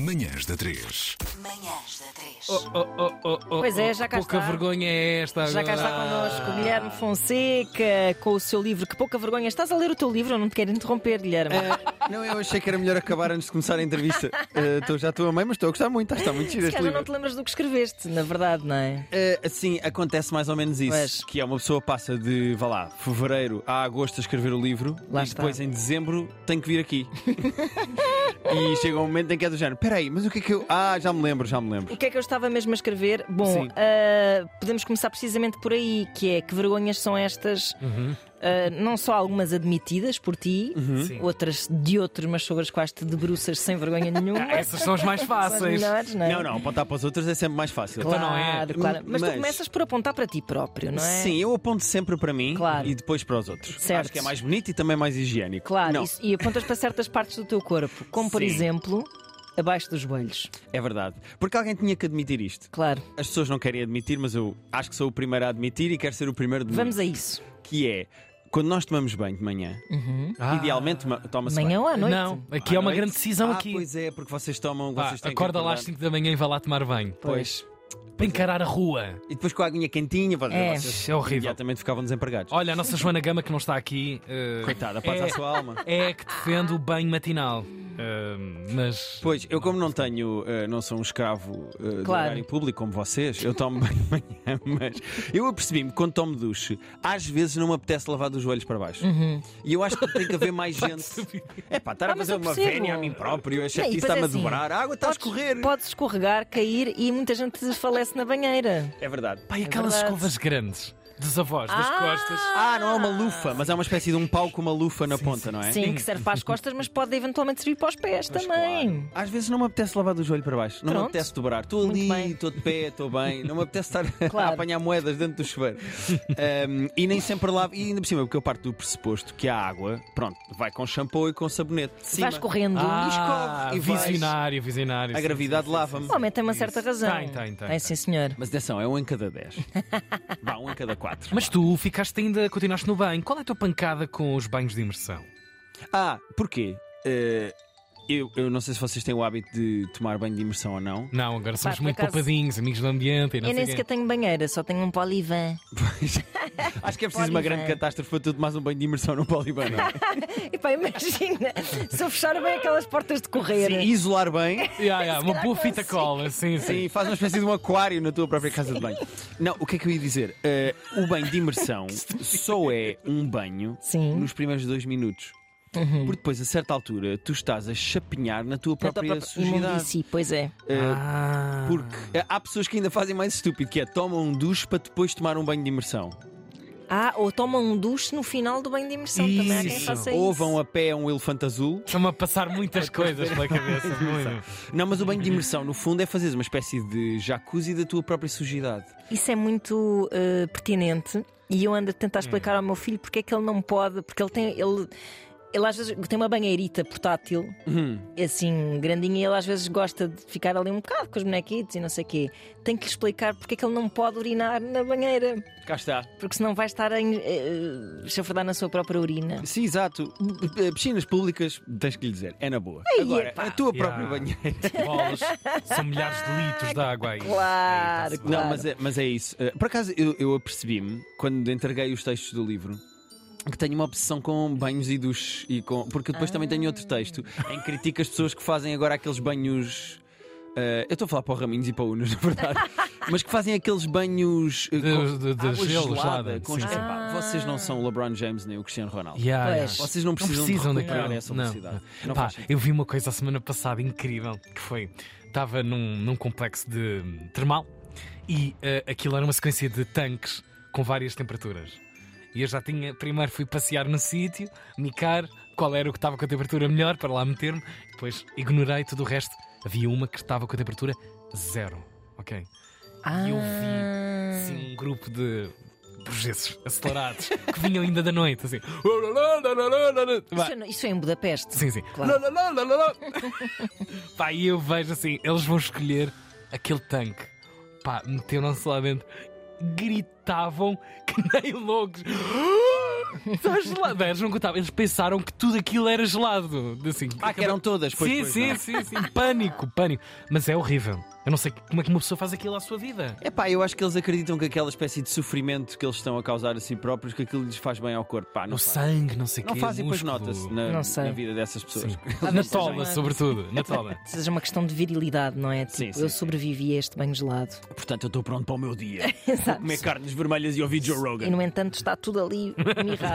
Manhãs da 3. Manhãs da 3. Oh, oh, oh, oh, oh, Pois é, oh, já cá Pouca está. vergonha é esta Já cá está agora. Ah, connosco Guilherme Fonseca com o seu livro Que Pouca Vergonha. Estás a ler o teu livro? Eu não te quero interromper, Guilherme. Ah, não, eu achei que era melhor acabar antes de começar a entrevista. Ah, estou- já estou a meio, mas estou a gostar muito. Está muito giro Se este calhar livro. não te lembras do que escreveste, na verdade, não é? Ah, assim, acontece mais ou menos isso. Pois. Que é uma pessoa passa de, vá lá, fevereiro a agosto a escrever o livro Lá e está. depois em dezembro tem que vir aqui. e chega um momento em que é do género. Peraí, mas o que é que eu. Ah, já me lembro, já me lembro. O que é que eu estava mesmo a escrever? Bom, Sim. ah, podemos começar precisamente por aí, que é que vergonhas são estas? ah, não só algumas admitidas por ti, Sim. outras de outros, mas sobre as quais te debruças sem vergonha nenhuma. Ah, essas são as mais São as fáceis. melhores, não é? Não, não, apontar para os outros é sempre mais fácil. Então não é. Claro, claro. Mas, tu Mas- começas por apontar para ti próprio, não é? Sim, eu aponto sempre para mim Claro. e depois para os outros. Certo. Acho que é mais bonito e também mais higiênico. Claro, Não, isso- e apontas para certas partes do teu corpo, como por Sim. exemplo abaixo dos joelhos. é verdade. Porque alguém tinha que admitir isto. Claro, As pessoas não querem admitir, mas eu acho que sou o primeiro a admitir e quero ser o primeiro de vamos a isso. Que é, quando nós tomamos banho de manhã, Ah. idealmente toma- toma-se Manhã banho. ou à noite? Não, aqui é uma noite? grande decisão ah, aqui. Pois é, porque vocês tomam. Pá, Vocês têm que acorda lá assim. às 5 acordar. da manhã e vai lá tomar banho. Pois. Para encarar a rua. E depois com a aguinha quentinha, vocês, É. vocês Isso é horrível. imediatamente ficavam desempregados. Olha, a nossa Joana Gama que não está aqui. eh, Coitada, paz é, à sua alma. é a que defende o banho matinal. Eh, mas. Pois, eu como não tenho, eh, não sou um escravo eh, do Claro. horário público como vocês, eu tomo banho de manhã, mas eu apercebi-me quando tomo duche, às vezes não me apetece lavar dos joelhos para baixo. Uhum. E eu acho que tem que haver mais gente. É pá, estar Ah, a mas fazer eu uma percebo. vénia a mim próprio, achei Não, que e isso depois está-me a assim, dobrar, a água está a escorrer. Podes escorregar, cair e muita gente falece na banheira. É verdade. Pá, e aquelas verdade. escovas grandes dos avós, das Ah! costas. Ah, não é uma lufa, mas é uma espécie de um pau com uma lufa na ponta, não é? Sim, que serve para as costas, mas pode eventualmente servir para os pés também. Às vezes não me apetece lavar do joelho para baixo, não Pronto. me apetece dobrar. Estou Muito bem. ali, estou de pé, estou bem, não me apetece estar Claro. a apanhar moedas dentro do chuveiro. Um, e nem sempre lavo, e ainda por cima, porque eu parto do pressuposto que a água, pronto, vai com shampoo e com sabonete. De cima. Vais correndo. Ah, escove, e vais. visionário, visionário. A sim, gravidade sim, sim, lava-me. O homem tem uma certa Isso. razão. Tem, tem, tem, sim, senhor. Mas atenção, é um em cada dez. Vá, um em cada quatro. Mas tu ficaste ainda, continuaste no banho. Qual é a tua pancada com os banhos de imersão? Ah, porquê? Eh, eu, eu não sei se vocês têm o hábito de tomar banho de imersão ou não. Não, agora somos por muito acaso- poupadinhos, amigos do ambiente e não sei Eu nem quê. sequer tenho banheira, só tenho um polivan. Acho que é preciso Polivan. uma grande catástrofe para tudo mais um banho de imersão no Poliban, não é? E pá, imagina se eu fechar bem aquelas portas de correr. Então, Sim, isolar bem. Ya, ya, uma boa fita cola, sim, sim. Sim, faz uma espécie de um aquário na tua própria casa de banho. Não, o que é que eu ia dizer? Eh, o banho de imersão só é um banho Sim. nos primeiros dois minutos. Porque depois, a certa altura, tu estás a chapinhar Uhum. na tua Na tua própria própria sujidade. imundice, pois é. Eh, Ah. porque eh, há pessoas que ainda fazem mais estúpido, que é tomam um duche para depois tomar um banho de imersão. Ah, ou tomam um duche no final do banho de imersão também. Há quem Isso. faça Ou isso. vão a pé a um elefante azul. Estão-me a passar muitas coisas pela cabeça. muito. Não, mas o banho de imersão, no fundo, é fazeres uma espécie de jacuzzi da tua própria sujidade. Isso é muito eh, pertinente e eu ando a tentar explicar ao meu filho porque é que ele não pode, porque ele tem. Ele, ele às vezes tem uma banheirita portátil, assim, grandinha, e ele às vezes gosta de ficar ali um bocado com os bonequitos e não sei o quê. Tem que lhe explicar porque é que ele não pode urinar na banheira, Cá está. porque senão vai estar a uh, chafurdar na sua própria urina. Sim, exato. Eh, Piscinas públicas, tens que lhe dizer, é na boa. Agora, epá. a tua Ya. própria banheira. Bolas, são milhares de litros de água aí. Claro, Aí, tá-se bem. claro. Não, mas é, mas é isso. Eh, Por acaso, eu, eu apercebi-me, quando entreguei os textos do livro, que tenho uma obsessão com banhos e duches. E com... Porque depois também tenho outro texto Ah. em que critico as pessoas que fazem agora aqueles banhos. eh, eu estou a falar para o Raminhos e para o Unas, na verdade. mas que fazem aqueles banhos. eh, De- com de- de água gelo, gelada, gelada, com- sim, sim. Epá, Vocês não Ah. são o LeBron James nem o Cristiano Ronaldo. Ya, ya. Pois. Vocês não precisam, de recuperar daquilo. essa Não, velocidade. não. Não Pá, faz sentido. eu vi uma coisa a semana passada incrível que foi: estava num, num complexo de hum, termal e eh, aquilo era uma sequência de tanques com várias temperaturas. E eu já tinha, primeiro fui passear no sítio, micar qual era o que estava com a temperatura melhor para lá meter-me, depois ignorei tudo o resto. Havia uma que estava com a temperatura zero, ok? Ah, eu vi, Sim, um grupo de burgueses acelerados que vinham ainda da noite, assim. Vá. Isso, é no- isso é em Budapeste. Sim, sim. Claro. Lá, lá, lá, lá, lá, lá. Pá, e eu vejo assim, eles vão escolher aquele tanque. Pá, meteram-se lá dentro. Gritavam que nem loucos. Está gelado. Eles não contavam. Eles pensaram que tudo aquilo era gelado. Assim, Ah, que eram todas, pois, sim, pois, sim, não. é? sim, sim. é? Pânico, pânico. Mas é horrível. Eu não sei como é que uma pessoa faz aquilo à sua vida. É pá, eu acho que eles acreditam que aquela espécie de sofrimento que eles estão a causar a si próprios, que aquilo lhes faz bem ao corpo. Pá, não No faz. sangue, não sei o Não quê, fazem, depois músculo. nota-se né? na, Não sei. na vida dessas pessoas. Sim. Na seja tola, uma- sobretudo. Na tola. Seja uma questão de virilidade, não é? Tipo, Sim, sim, eu sim. sobrevivi a este banho gelado. Portanto, eu estou pronto para o meu dia. Exato. Comer carnes vermelhas e ouvir Joe Rogan. E no entanto está tudo ali mirrado.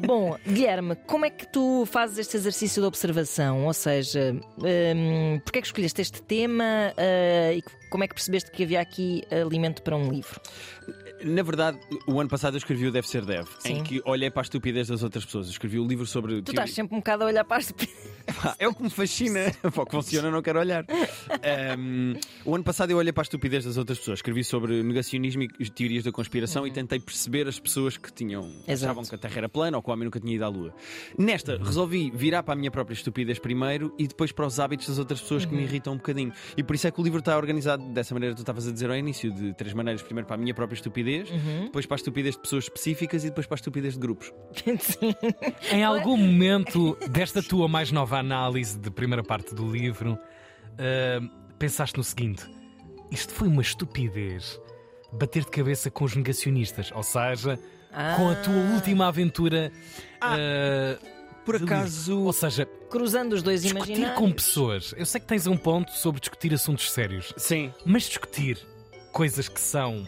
Bom, Guilherme, como é que tu fazes este exercício de observação? Ou seja, hum, porquê é que escolheste este tema eh, e como é que percebeste que havia aqui alimento para um livro? Na verdade, o ano passado eu escrevi o Deve Ser Deve, Sim. em que olhei para a estupidez das outras pessoas. Eu escrevi um livro sobre. Tu estás sempre um bocado a olhar para as Pá, é o que me fascina. Para o que funciona, eu não quero olhar. Um, o ano passado eu olhei para a estupidez das outras pessoas. Escrevi sobre negacionismo e teorias da conspiração e tentei perceber as pessoas que tinham Exato. achavam que a Terra era plana ou que o homem nunca tinha ido à Lua. Nesta, resolvi virar para a minha própria estupidez primeiro e depois para os hábitos das outras pessoas que me irritam um bocadinho. E por isso é que o livro está organizado dessa maneira que tu estavas a dizer ao início: de três maneiras. Primeiro para a minha própria estupidez, depois para a estupidez de pessoas específicas e depois para a estupidez de grupos. Sim. Em algum momento desta tua mais nova análise de primeira parte do livro, ahm, pensaste no seguinte: isto foi uma estupidez bater de cabeça com os negacionistas, ou seja, com a tua última aventura. ah, Ah. Por de livro. acaso. Ou seja, Cruzando os dois discutir imaginários. com pessoas. Eu sei que tens um ponto sobre discutir assuntos sérios, Sim. mas discutir coisas que são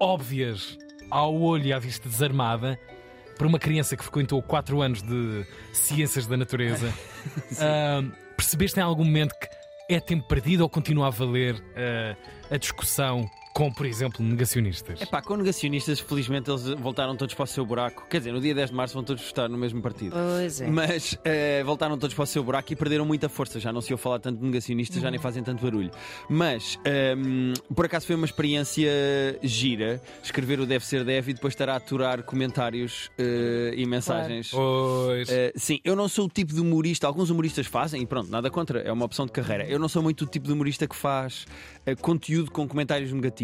óbvias ao olho e à vista desarmada para uma criança que frequentou 4 anos de ciências da natureza, ahm, percebeste em algum momento que é tempo perdido ou continua a valer ah, a discussão com, por exemplo, negacionistas? Epá, com negacionistas, felizmente eles voltaram todos para o seu buraco. Quer dizer, no dia 10 de março vão todos votar no mesmo partido. Pois é. Mas eh, voltaram todos para o seu buraco e perderam muita força. Já não se ouve falar tanto de negacionistas, já nem fazem tanto barulho. Mas, ehm, por acaso, foi uma experiência gira escrever o Deve Ser Deve e depois estar a aturar comentários eh, e mensagens. Pois. Eh, sim, eu não sou o tipo de humorista, alguns humoristas fazem e pronto, nada contra, é uma opção de carreira. Eu não sou muito o tipo de humorista que faz eh, conteúdo com comentários negativos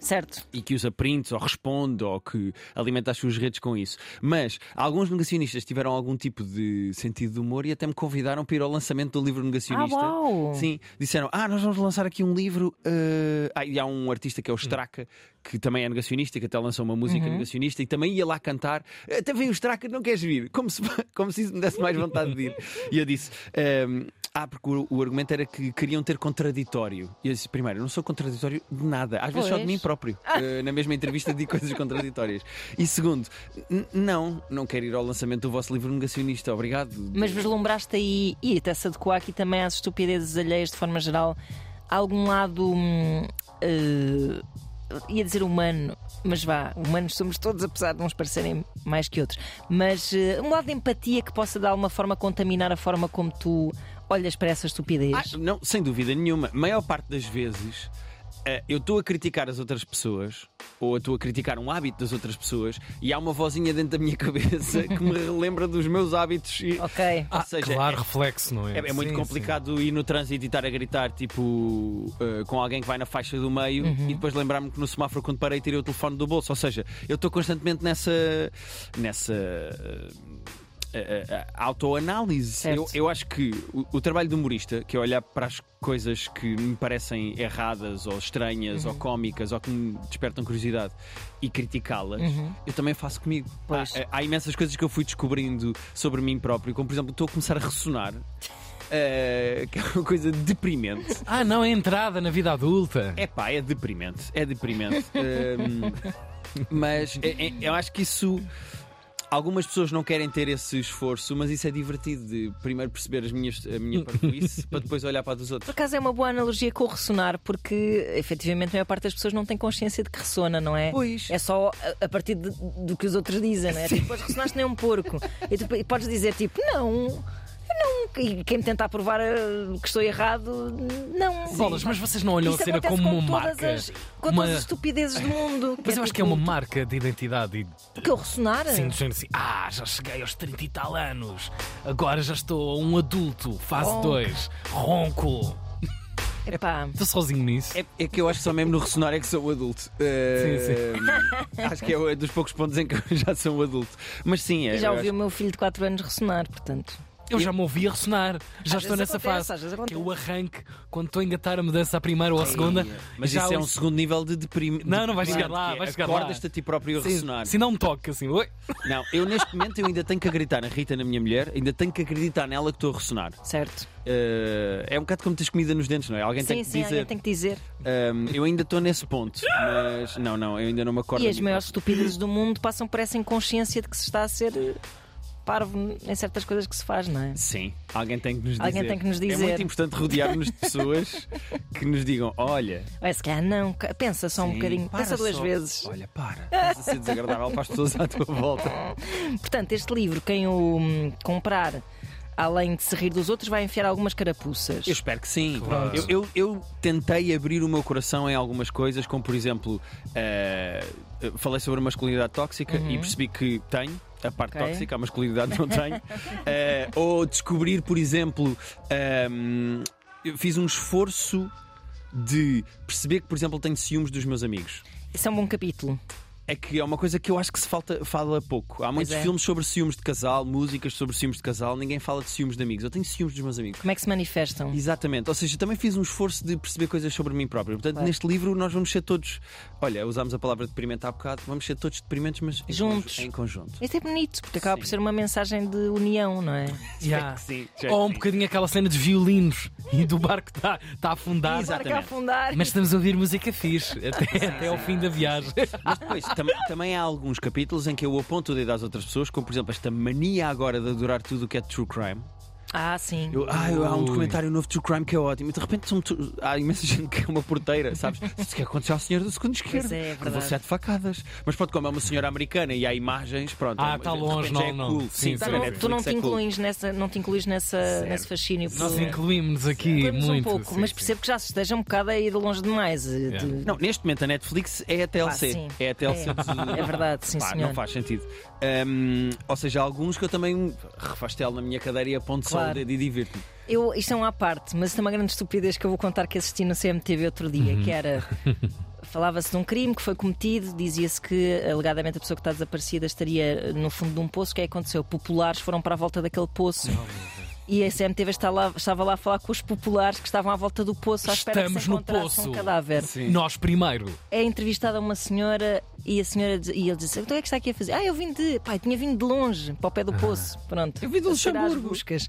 Certo. e que usa prints ou responde ou que alimenta as suas redes com isso. Mas alguns negacionistas tiveram algum tipo de sentido de humor e até me convidaram para ir ao lançamento do livro negacionista. Ah, uau! Sim, disseram: Ah, nós vamos lançar aqui um livro. eh, Ah, e há um artista que é o Straka, que também é negacionista, que até lançou uma música Uhum. negacionista e também ia lá cantar. "Eh, Até veio o Straka, não queres vir? Como se, como se isso me desse mais vontade de ir. E eu disse. ehm, ah, porque o, o argumento era que queriam ter contraditório. E eu disse: primeiro, eu não sou contraditório de nada, às vezes só de Pois. mim próprio. Eh, na mesma entrevista digo coisas contraditórias. E segundo, n- não, não quero ir ao lançamento do vosso livro negacionista, obrigado. Mas vislumbraste aí, e até se adequou aqui também às estupidezes alheias de forma geral, algum lado. hum, eh, ia dizer humano, mas vá, humanos somos todos, apesar de uns parecerem mais que outros. Mas eh, um lado de empatia que possa de alguma forma contaminar a forma como tu olhas para essa estupidez. Ah, não, sem dúvida nenhuma. Maior parte das vezes eh, eu estou a criticar as outras pessoas ou estou a criticar um hábito das outras pessoas e há uma vozinha dentro da minha cabeça que me relembra dos meus hábitos. E, Ok. Ou Ah, seja, claro, reflexo, não é? É, é muito Sim, complicado ir no trânsito e estar a gritar tipo eh, com alguém que vai na faixa do meio Uhum. e depois lembrar-me que no semáforo quando parei tirei o telefone do bolso. Ou seja, eu estou constantemente nessa nessa eh, eh, eh, autoanálise. Certo. Eu, eu acho que o, o trabalho do humorista, que é olhar para as coisas que me parecem erradas ou estranhas ou cómicas ou que me despertam curiosidade e criticá-las, eu também faço comigo. Ah, Pois. Há, há imensas coisas que eu fui descobrindo sobre mim próprio, como por exemplo, estou a começar a ressonar, eh, que é uma coisa deprimente. sim. Ah, não, é entrada na vida adulta. É pá, é deprimente, é deprimente. Hum, mas é- é- eu acho que isso. Algumas pessoas não querem ter esse esforço, mas isso é divertido de primeiro perceber as minhas, a minha parvoíce para depois olhar para a dos Por outros. acaso é uma boa analogia com o ressonar, porque efetivamente a maior parte das pessoas não tem consciência de que ressona, não é? Pois. É só a, a partir de- do que os outros dizem, não é? Tipo, Depois ressonaste nem um porco. E tu e podes dizer tipo, não, eu não. E quem me tentar provar eh, que estou errado, não. Bolas, mas vocês não olham Isso a cena acontece como com uma todas marca. As, com Uma- todas as estupidezes do mundo. Mas eu acho que é tipo, É. uma marca de identidade e Porque eu ressonar. Sim, do género assim, ah, já cheguei aos 30 e tal anos, agora já estou um adulto, fase 2, ronco. Epá, Estou sozinho nisso. É, é que eu acho que só mesmo no ressonar é que sou adulto. Eh, Acho que é um dos poucos pontos em que eu já sou um adulto. Mas sim, é. eu já eu ouvi acho- o meu filho de 4 anos ressonar, portanto. Eu já me ouvi a ressonar. Já Às estou vezes nessa acontece, às fase. vezes Que é acontece. o arranque quando estou a engatar a mudança à primeira ou à segunda. Mas já isso é um ouço- segundo nível de deprimido. é, Não, não vais chegar lá, vais chegar lá. Acordas-te a ti próprio a ressonar. se, se não me toca assim, oi. Não, eu neste momento eu ainda tenho que acreditar na Rita, na minha mulher, ainda tenho que acreditar nela que estou a ressonar. Certo. Eh, é um bocado como tens comida nos dentes, não é? Alguém tem Sim, que sim, dizer. alguém tem que dizer. Ahm, eu ainda estou nesse ponto, mas não, não, eu ainda não me acordo. E as maiores estupidez do mundo passam por essa inconsciência de que se está a ser eh, parvo em certas coisas que se faz, não é? Sim, alguém tem que nos dizer. Alguém tem que nos É dizer. muito importante rodear-nos de pessoas que nos digam: olha, Olha, é, se calhar não, ca- pensa só um sim, bocadinho, para pensa duas só. vezes. Olha, para, estás a ser desagradável para as pessoas à tua volta. Portanto, este livro, quem o hum, comprar, além de se rir dos outros, vai enfiar algumas carapuças. Eu espero que sim. Claro. Eu, eu- eu tentei abrir o meu coração em algumas coisas, como por exemplo, eh, falei sobre a masculinidade tóxica e percebi que tenho. A parte Uhum. Ok. tóxica, a masculinidade não tenho. Eh, ou descobrir, por exemplo, ehm, eu fiz um esforço de perceber que, por exemplo, tenho ciúmes dos meus amigos. Esse é um bom capítulo. É que é uma coisa que eu acho que se falta, fala pouco. Há muitos é. filmes sobre ciúmes de casal, músicas sobre ciúmes de casal, ninguém fala de ciúmes de amigos. Eu tenho ciúmes dos meus amigos. Como é que se manifestam? Exatamente, ou seja, também fiz um esforço de perceber coisas sobre mim próprio. Portanto, Claro. neste livro nós vamos ser todos, olha, usámos a palavra deprimente há bocado, vamos ser todos deprimentes, mas em Juntos. conju- Em conjunto. Isto é bonito, porque acaba por Sim. ser uma mensagem de união, não é? Yeah. Sim, Ou um bocadinho aquela cena dos violinos e do barco está tá a afundar. Bora Exato. cá Exatamente. afundar. Mas estamos a ouvir música fixe até, até ao fim da viagem. Mas depois, tam- também há alguns capítulos em que eu aponto o dedo às outras pessoas, como por exemplo esta mania agora de adorar tudo o que é true crime. Ah, sim. Eu, ah, eu- há um Ui. documentário novo de true crime que é ótimo, e de repente são tu- há imensa gente que é uma porteira, sabes? Isso que aconteceu ao senhor do segundo esquerdo. Pois é, é levou verdade. sete facadas. Mas pronto, como é uma senhora americana e há imagens, pronto. Ah, é uma- tá de longe, repente já é não, não. cool. Sim, Sim, sim, tá tu na sim. não, tu Netflix, não é te cool. incluís nessa, não te incluís nessa, Zero. nesse fascínio. Nós pelo- incluímos aqui Incluímos muito. um pouco, sim, mas sim. percebo que já se esteja um bocado a ir de longe demais. eh, Yeah. de- Não, neste momento a Netflix é a Ah, TLC. sim. é a TLC. É. dos- É verdade, sim, Pá, senhor. não faz sentido. Hum, ou seja, há alguns que eu também refastelo na minha cadeira e aponto só o Claro. dedo e divirto-me. Eu, isto é um à parte, mas isto é uma grande estupidez que eu vou contar que assisti no CMTV outro dia, Uhum. que era. Falava-se de um crime que foi cometido, dizia-se que alegadamente a pessoa que está desaparecida estaria no fundo de um poço. O que é que aconteceu? Populares foram para a volta daquele poço. Oh, E a CMTV está lá- estava lá a falar com os populares que estavam à volta do poço à espera que Estamos se no encontrasse poço. um cadáver. Nós primeiro. é entrevistada uma senhora e a senhora diz- e ele diz: Então o que é que está aqui a fazer? Ah, eu vim de. Pai, tinha vindo de longe, para o pé do poço. Pronto. Ah. Eu vim de A tirar as Luxemburgo. buscas.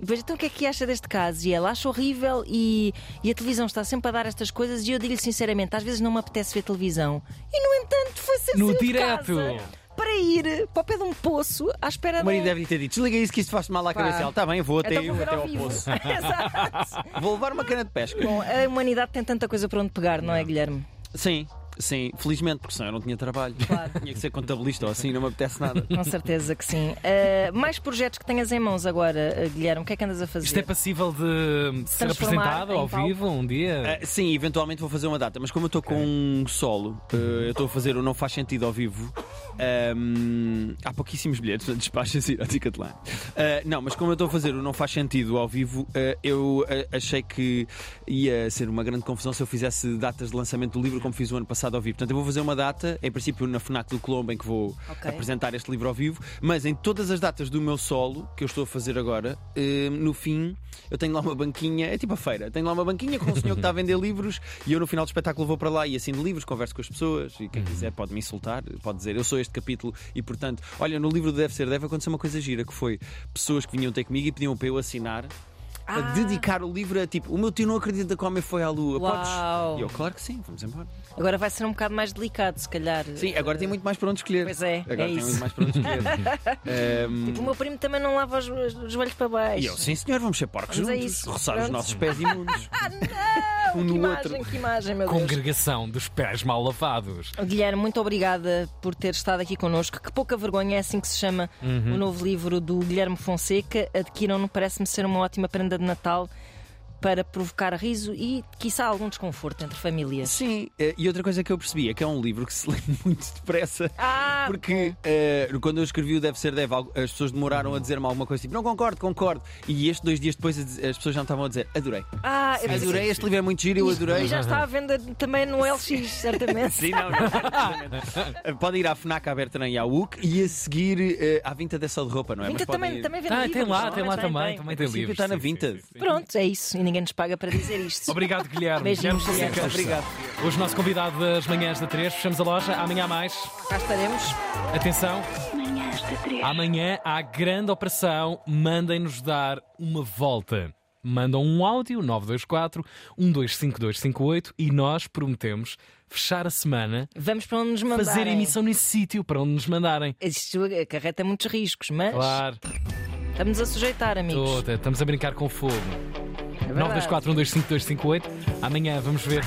Depois, então o que é que acha deste caso? E ela acha horrível e, e a televisão está sempre a dar estas coisas. E eu digo-lhe sinceramente: às vezes não me apetece ver televisão. E no entanto, foi ser No saiu de direto. casa para ir para o pé de um poço à espera O marido de. deve-lhe ter dito: desliga isso que isto faz mal à Pá. cabeça. Ela, tá bem, vou até Então vou eu, ver até ao ao vivo. poço. Exato. Vou levar uma cana de pesca. Bom, a humanidade tem tanta coisa para onde pegar, não é, Guilherme? Sim, sim, felizmente, porque senão eu não tinha trabalho. Claro. Tinha que ser contabilista ou assim, não me apetece nada. Com certeza que sim. Ah, mais projetos que tenhas em mãos agora, Guilherme? O que é que andas a fazer? Isto é passível de ser Transformar apresentado em ao palco. vivo um dia? Ah, sim, eventualmente vou fazer uma data, mas como eu estou com um solo, eh, eu estou a fazer o Não Faz Sentido ao vivo. ahm, há pouquíssimos bilhetes, portanto, despachem-se ir ao Ticketline. Ah, não, mas como eu estou a fazer o Não Faz Sentido ao vivo, eh, eu eh, achei que ia ser uma grande confusão se eu fizesse datas de lançamento do livro como fiz o ano passado ao vivo. Portanto, eu vou fazer uma data, em princípio na FNAC do Colombo, em que vou Ok. apresentar este livro ao vivo, mas em todas as datas do meu solo, que eu estou a fazer agora, eh, no fim, eu tenho lá uma banquinha, é tipo a feira, tenho lá uma banquinha com um senhor que está a vender livros e eu no final do espetáculo vou para lá e assino livros, converso com as pessoas e quem quiser pode me insultar, pode dizer eu sou este capítulo e portanto, olha, no livro do Deve Ser Deve aconteceu uma coisa gira que foi pessoas que vinham ter comigo e pediam para eu assinar. A Ah. dedicar o livro a tipo, o meu tio não acredita que o homem foi à lua, Uau. podes? E eu, claro que sim, vamos embora. Agora vai ser um bocado mais delicado, se calhar. Tipo, Sim, é agora tem muito mais para onde escolher. Pois é, agora é tem isso. muito mais para onde escolher. Ahm, O meu primo também não lava os, os joelhos para baixo. E eu, sim senhor, vamos ser porcos Vamos a juntos, isso. roçar os Pronto. nossos pés imundos. Ah, um que no imagem, outro. que imagem, meu Deus. Congregação dos pés mal lavados. Guilherme, muito obrigada por ter estado aqui connosco. Que pouca vergonha, é assim que se chama Uhum. o novo livro do Guilherme Fonseca. Adquiram-no, parece-me ser uma ótima prenda de Natal. para provocar riso e, quiçá, algum desconforto entre famílias. Sim, eh, e outra coisa que eu percebi é que é um livro que se lê muito depressa. Ah, Porque eh, quando eu escrevi o Deve Ser Deve, algo- as pessoas demoraram a dizer-me alguma coisa tipo, não concordo, concordo. E este, dois dias depois, a dizer- as pessoas já me estavam a dizer, adorei. ah, eu pensei- Adorei, este livro é muito giro, eu Isto adorei. já está à venda também no LX, certamente. Sim, não, não, certamente. Eh, Pode ir à FNAC aberta na Yauk e a seguir eh, à Vinta dessa de roupa, não é? Vinta podem- também, também vende Ah, tem livros, lá, não? tem lá Mas também. vem, vem. Também tem Sim, livros. está na sim, sim, Vinted. sim. Pronto, é isso. E ninguém nos paga para dizer isto. Obrigado, Guilherme. Beijinhos, Guilherme Guilherme. Fonseca. Obrigado. Hoje, nosso convidado das manhãs da 3. Fechamos a loja. Amanhã há mais. Cá estaremos. Atenção. Amanhã há grande operação. Mandem-nos dar uma volta. Mandam um áudio 924 125258 e nós prometemos fechar a semana, Vamos para onde nos mandarem. fazer a emissão nesse sítio para onde nos mandarem. Isto acarreta muitos riscos, mas Claro, estamos a sujeitar, amigos. toda, estamos a brincar com fogo. um, É verdade. 924 125258. Amanhã vamos ver.